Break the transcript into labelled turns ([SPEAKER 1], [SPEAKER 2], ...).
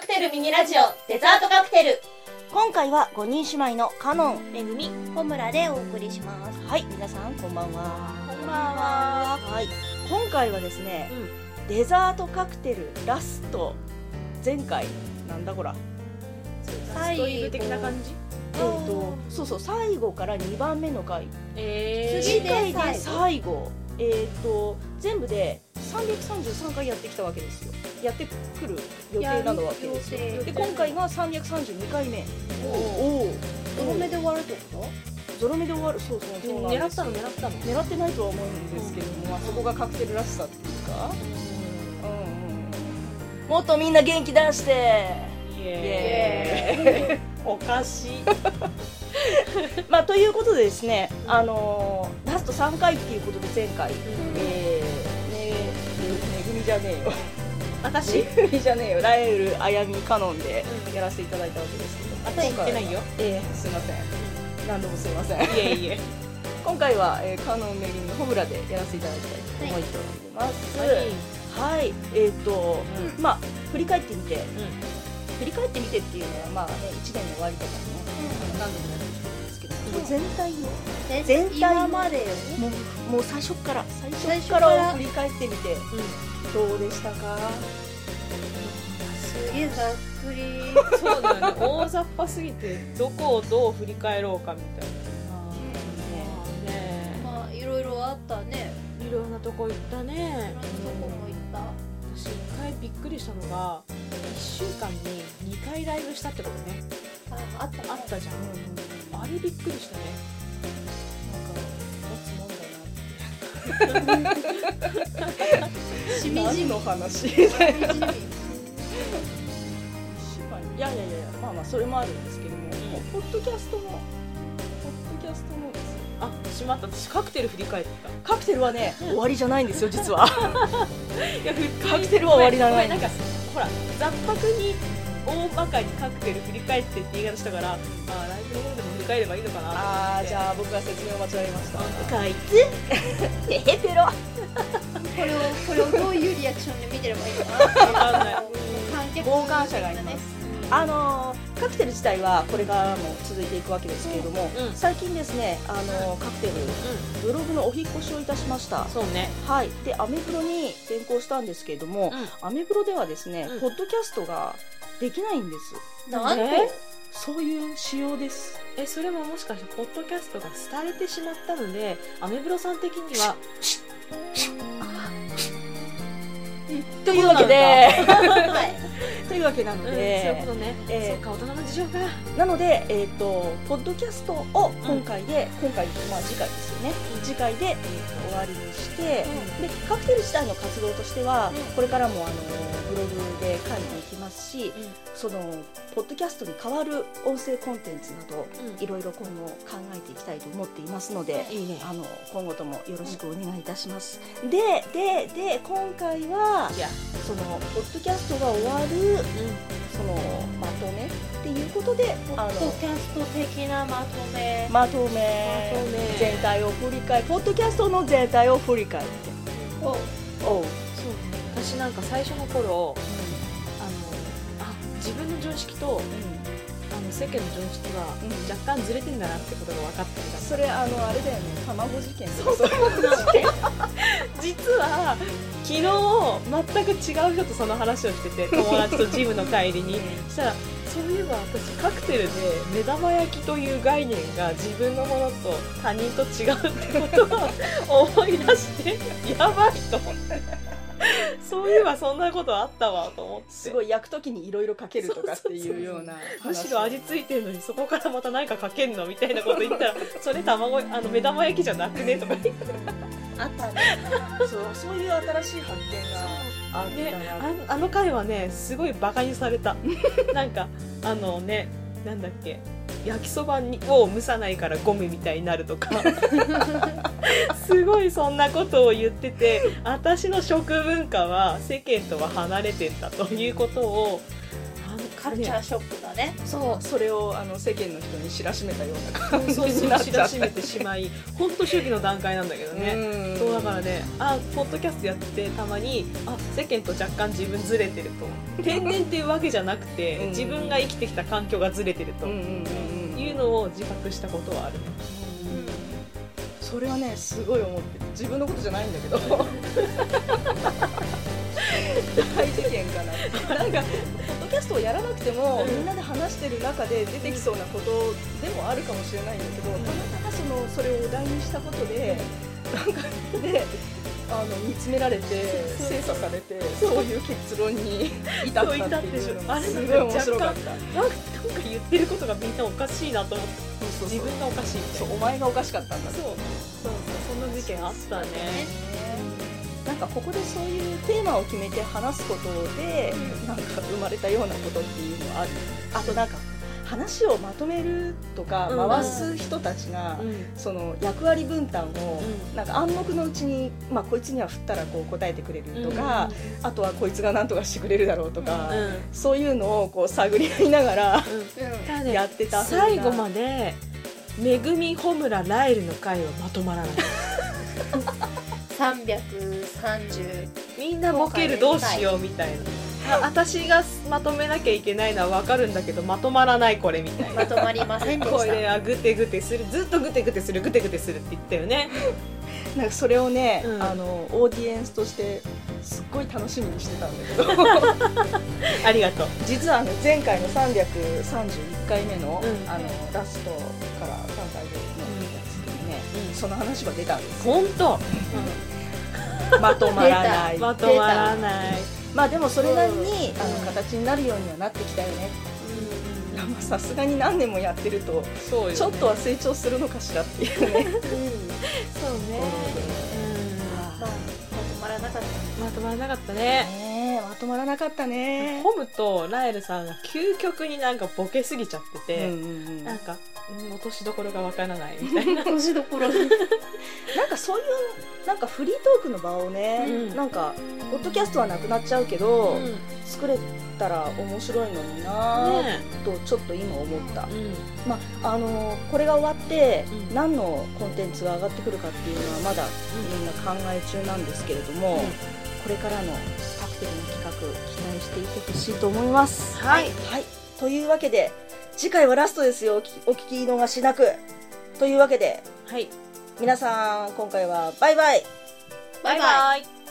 [SPEAKER 1] クテルミニラジオデザートカクテル
[SPEAKER 2] 今回は5人姉妹のカノン、めぐみ
[SPEAKER 3] ホムラでお送りします。
[SPEAKER 2] はい、皆さんこんばんは。
[SPEAKER 1] こんばんは
[SPEAKER 2] はい、今回はですね、デザートカクテルラスト前回なんだこら。
[SPEAKER 3] 最後
[SPEAKER 4] ストイブ的な感じ
[SPEAKER 2] えっ、とそうそう最後から2番目の回
[SPEAKER 4] え
[SPEAKER 1] 次
[SPEAKER 2] 次
[SPEAKER 1] で
[SPEAKER 2] 回で
[SPEAKER 1] 最
[SPEAKER 2] 最後えっ、と全部で333回やってきたわけですよやってくる予定なのわけですよ
[SPEAKER 3] やる予
[SPEAKER 2] で今回が332回目おお
[SPEAKER 3] 多めで終わるってこ
[SPEAKER 2] ゾロ目で終わるそうそうそうなん
[SPEAKER 4] 狙
[SPEAKER 2] で
[SPEAKER 4] っ
[SPEAKER 2] す
[SPEAKER 4] たの狙ったの
[SPEAKER 2] 狙ってないとは思うんですけれども、まあ、そこがカクテルらしさっていうか、うん、もっとみんな元気出してイ
[SPEAKER 4] イエ
[SPEAKER 2] エーイ
[SPEAKER 4] ーイおかしい
[SPEAKER 2] まあということでですね、あのーラスト3回っていうことで前回、えー、ねめぐみじゃねえよ
[SPEAKER 4] 私
[SPEAKER 2] めぐみじゃねえよラエルあやみカノンでやらせていただいたわけですけど
[SPEAKER 4] 私行ってないよ
[SPEAKER 2] えー、すいません何度もすいません
[SPEAKER 4] いえいえ
[SPEAKER 2] 今回は、えー、カノンめぐみホムラでやらせていただきたいと思っておりますはい、えっ、と、まあ振り返ってみて、振り返ってみてっていうのはまあね1年の終わりとかね、何度もやってきてるんですけど、もう全体を
[SPEAKER 3] と？
[SPEAKER 2] 全体
[SPEAKER 3] 今までより
[SPEAKER 2] もうもう最初から最
[SPEAKER 3] 最初
[SPEAKER 2] 初か
[SPEAKER 3] から
[SPEAKER 2] ら振り返ってみて、どうでしたか
[SPEAKER 3] すげえざっくり。
[SPEAKER 4] そうだよね大雑把すぎてどこをどう振り返ろうかみたいなね
[SPEAKER 3] まあいろいろあったね。
[SPEAKER 4] いろんなとこ行った
[SPEAKER 3] いろ
[SPEAKER 4] ね
[SPEAKER 3] んなとこも行った。
[SPEAKER 4] 私一回びっくりしたのが1週間に2回ライブしたってことね
[SPEAKER 3] ああったね
[SPEAKER 4] あったじゃんあれびっくりしたね
[SPEAKER 3] しみじ
[SPEAKER 2] 何
[SPEAKER 3] み。
[SPEAKER 2] の話 い
[SPEAKER 3] しみじみ
[SPEAKER 2] やいやいやいやまあまあそれもあるんですけども、ポッドキャストもポッドキャストもですよ
[SPEAKER 4] あしまった私カクテル振り返って
[SPEAKER 2] カクテルはね終わりじゃないんですよ実は
[SPEAKER 4] たいや
[SPEAKER 2] カクテルは終わりじゃない
[SPEAKER 4] ごめんなんかほら雑白に大バカにカクテル振り返ってって言い方したからあーライブの方でも振り返ればいいのかな
[SPEAKER 2] あーじ
[SPEAKER 4] あ
[SPEAKER 2] ゃあ僕は説明を間違えました
[SPEAKER 4] かいい
[SPEAKER 2] えへペロ
[SPEAKER 3] これをこれをどういうリアクションで見てればいいのか
[SPEAKER 4] わかんない
[SPEAKER 3] な。観客
[SPEAKER 2] 傍観者がいますあのーカクテル自体はこれからも続いていくわけですけれども、
[SPEAKER 4] うんうん
[SPEAKER 2] 最近ですね、あのーカクテル
[SPEAKER 4] う
[SPEAKER 2] ブログのお引っ越しをいたしました
[SPEAKER 4] んそうね
[SPEAKER 2] はいでアメブロに転校したんですけれども、アメブロではですね、
[SPEAKER 4] うん
[SPEAKER 2] ポッドキャストができないんです
[SPEAKER 3] なんと
[SPEAKER 4] え
[SPEAKER 2] そういう仕様です
[SPEAKER 4] えそれももしかしてポッドキャストが廃れてしまったのでアメブロさん的には
[SPEAKER 2] というわけで
[SPEAKER 3] はい。
[SPEAKER 2] というわけな の
[SPEAKER 4] うんそういう
[SPEAKER 2] で
[SPEAKER 4] こ、とね、
[SPEAKER 2] えー
[SPEAKER 4] そっか大人の事情が
[SPEAKER 2] なのでえっ、とポッドキャストを今回で、今回まあ次回ですよね、次回で、えーと終わりにして、でカクテル自体の活動としては、これからもあのブログで書いていきますし、そのポッドキャストに代わる音声コンテンツなどいろいろ今後考えていきたいと思っていますので、
[SPEAKER 4] いいね
[SPEAKER 2] あの今後ともよろしくお願いいたします。ででで今回はい
[SPEAKER 4] や
[SPEAKER 2] そのポッドキャストが終わるそのまとめっていうことで
[SPEAKER 3] ポ
[SPEAKER 2] あ
[SPEAKER 3] ッド
[SPEAKER 2] の
[SPEAKER 3] キャスト的なまとめ。
[SPEAKER 2] まとめ
[SPEAKER 4] まとめ
[SPEAKER 2] 全体を振り返ポッドキャストの全体を振り返って
[SPEAKER 3] を
[SPEAKER 2] おう
[SPEAKER 4] そうね私なんか最初の頃あのあ自分の常識とあの世間の常識は
[SPEAKER 2] うん
[SPEAKER 4] 若干ずれてんだなってことが分かったりだ
[SPEAKER 2] それあのあれだよね卵事件
[SPEAKER 4] そうそう実は昨日全く違う人とその話をしてて友達とジムの帰りにそしたらそういえば私カクテルで目玉焼きという概念が自分のものと他人と違うってことを思い出してやばいと思ってそういえばそんなことあったわと思って
[SPEAKER 2] すごい焼くときにいろいろかけるとかっていうような
[SPEAKER 4] むしろ味
[SPEAKER 2] 話
[SPEAKER 4] ついてるのにそこからまた何かかけんのみたいなこと言ったらそれ卵あの目玉焼きじゃなくねとか言って
[SPEAKER 2] あったねそうそういう新しい発見があった
[SPEAKER 4] ね
[SPEAKER 2] な、
[SPEAKER 4] あんあの回はねすごいバカにされたなんかあのねなんだっけ焼きそばにを蒸さないからゴムみたいになるとかすごいそんなことを言ってて私の食文化は世間とは離れてんだということをあの
[SPEAKER 3] カルチャーショックだね
[SPEAKER 2] そうそれをあの世間の人に知らしめたような感
[SPEAKER 4] そうそう
[SPEAKER 2] に
[SPEAKER 4] そ
[SPEAKER 2] な
[SPEAKER 4] う
[SPEAKER 2] っち
[SPEAKER 4] 知
[SPEAKER 2] ゃ
[SPEAKER 4] ら
[SPEAKER 2] った
[SPEAKER 4] しめてしまい本当周期の段階なんだけど
[SPEAKER 2] じ
[SPEAKER 4] ね、
[SPEAKER 2] ね
[SPEAKER 4] そうだからねあポッドキャストやっててたまにあ世間と若干自分ずれてると天然っていうわけじゃなくて、
[SPEAKER 2] うん
[SPEAKER 4] 自分が生きてきた環境がずれてると、
[SPEAKER 2] うんうんうんうん
[SPEAKER 4] いうのを自覚したことはあるね
[SPEAKER 3] うん
[SPEAKER 2] それはねすごい思ってる自分のことじゃないんだけど大事件かななんかポッドキャストをやらなくても、
[SPEAKER 4] うん
[SPEAKER 2] みんなで話してる中で出てきそうなことでもあるかもしれないんだけど、
[SPEAKER 4] ん
[SPEAKER 2] たまたまそのそれをお題にしたことで、なんかであの見つめられて
[SPEAKER 4] そう
[SPEAKER 2] 精査されてそういう結論に至ったっていうのが
[SPEAKER 4] そう
[SPEAKER 2] すご
[SPEAKER 4] 至ってし
[SPEAKER 2] い
[SPEAKER 4] まう
[SPEAKER 2] 面白かった
[SPEAKER 4] なんかなんか言ってることがみんなおかしいなと思って
[SPEAKER 2] そうそう
[SPEAKER 4] 自
[SPEAKER 2] そう
[SPEAKER 4] 分がおかしいみたいな
[SPEAKER 2] そうお前がおかしかったんだって
[SPEAKER 4] そうそうそうそんな事件あったね
[SPEAKER 2] なんかここでそういうテーマを決めて話すことで、なんか生まれたようなことっていうのはあるあとなんか話をまとめるとか
[SPEAKER 4] うん
[SPEAKER 2] 回す人たちが、
[SPEAKER 4] うん
[SPEAKER 2] その役割分担を、
[SPEAKER 4] うん
[SPEAKER 2] なんか暗黙のうちに、まあ、こいつには振ったらこう答えてくれるとか、あとはこいつが何とかしてくれるだろうとか、
[SPEAKER 4] うんうん
[SPEAKER 2] そういうのをこう探り合いながら
[SPEAKER 4] うん
[SPEAKER 3] うん
[SPEAKER 4] ただね
[SPEAKER 2] やってた
[SPEAKER 4] 最後までめぐみ穂村ライルの会はまとまらない
[SPEAKER 3] 330
[SPEAKER 4] みんなボケるどうしようみたいなあ私がまとめなきゃいけないのは分かるんだけどまとまらないこれみたい
[SPEAKER 3] ま
[SPEAKER 4] な
[SPEAKER 3] とまりませんでした
[SPEAKER 4] これはグテグテするずっとグテグテするグテグテするって言ったよね
[SPEAKER 2] なんかそれをね、
[SPEAKER 4] うん
[SPEAKER 2] あのオーディエンスとしてすっごい楽しみにしてたんだけど。
[SPEAKER 4] ありがとう
[SPEAKER 2] 実はあの前回の331回目の,、
[SPEAKER 4] うん
[SPEAKER 2] あのラストから3回目のやつにね、
[SPEAKER 4] うん
[SPEAKER 2] その話は出たんです
[SPEAKER 4] 本当
[SPEAKER 2] まとまらない
[SPEAKER 4] まとまらない
[SPEAKER 2] まあでもそれなりに、
[SPEAKER 3] うん
[SPEAKER 2] あの形になるようにはなってきたよねいやまあさすがに何年もやってると
[SPEAKER 4] そうよね
[SPEAKER 2] ちょっとは成長するのかしらっていうね
[SPEAKER 4] そうね
[SPEAKER 3] まあまとまらなかった
[SPEAKER 4] うんまとまらなかったね
[SPEAKER 2] ねえまとまらなかったね
[SPEAKER 4] ホムとライルさんが究極になんかボケすぎちゃって
[SPEAKER 2] うん
[SPEAKER 4] て、
[SPEAKER 2] うんうん
[SPEAKER 4] なんかうん落としどころがわからないみたいな
[SPEAKER 3] 落としど ころ
[SPEAKER 2] なんかそういうなんかフリートークの場をね、
[SPEAKER 4] うん
[SPEAKER 2] なんかポッドキャストはなくなっちゃうけど、
[SPEAKER 4] ね
[SPEAKER 2] 作れたら面白いのになーとちょっと今思った、
[SPEAKER 4] えうん
[SPEAKER 2] まああのーこれが終わって
[SPEAKER 4] うん
[SPEAKER 2] 何のコンテンツが上がってくるかっていうのはまだ
[SPEAKER 4] うん
[SPEAKER 2] みんな考え中なんですけれども、
[SPEAKER 4] うん
[SPEAKER 2] これからのカクテルの企画期待していてほしいと思います
[SPEAKER 4] はい
[SPEAKER 2] はい、というわけで次回はラストですよお聞きお聞き逃しなくというわけで
[SPEAKER 4] はい
[SPEAKER 2] 皆さん今回はバイバイ
[SPEAKER 3] バイバイ
[SPEAKER 4] イ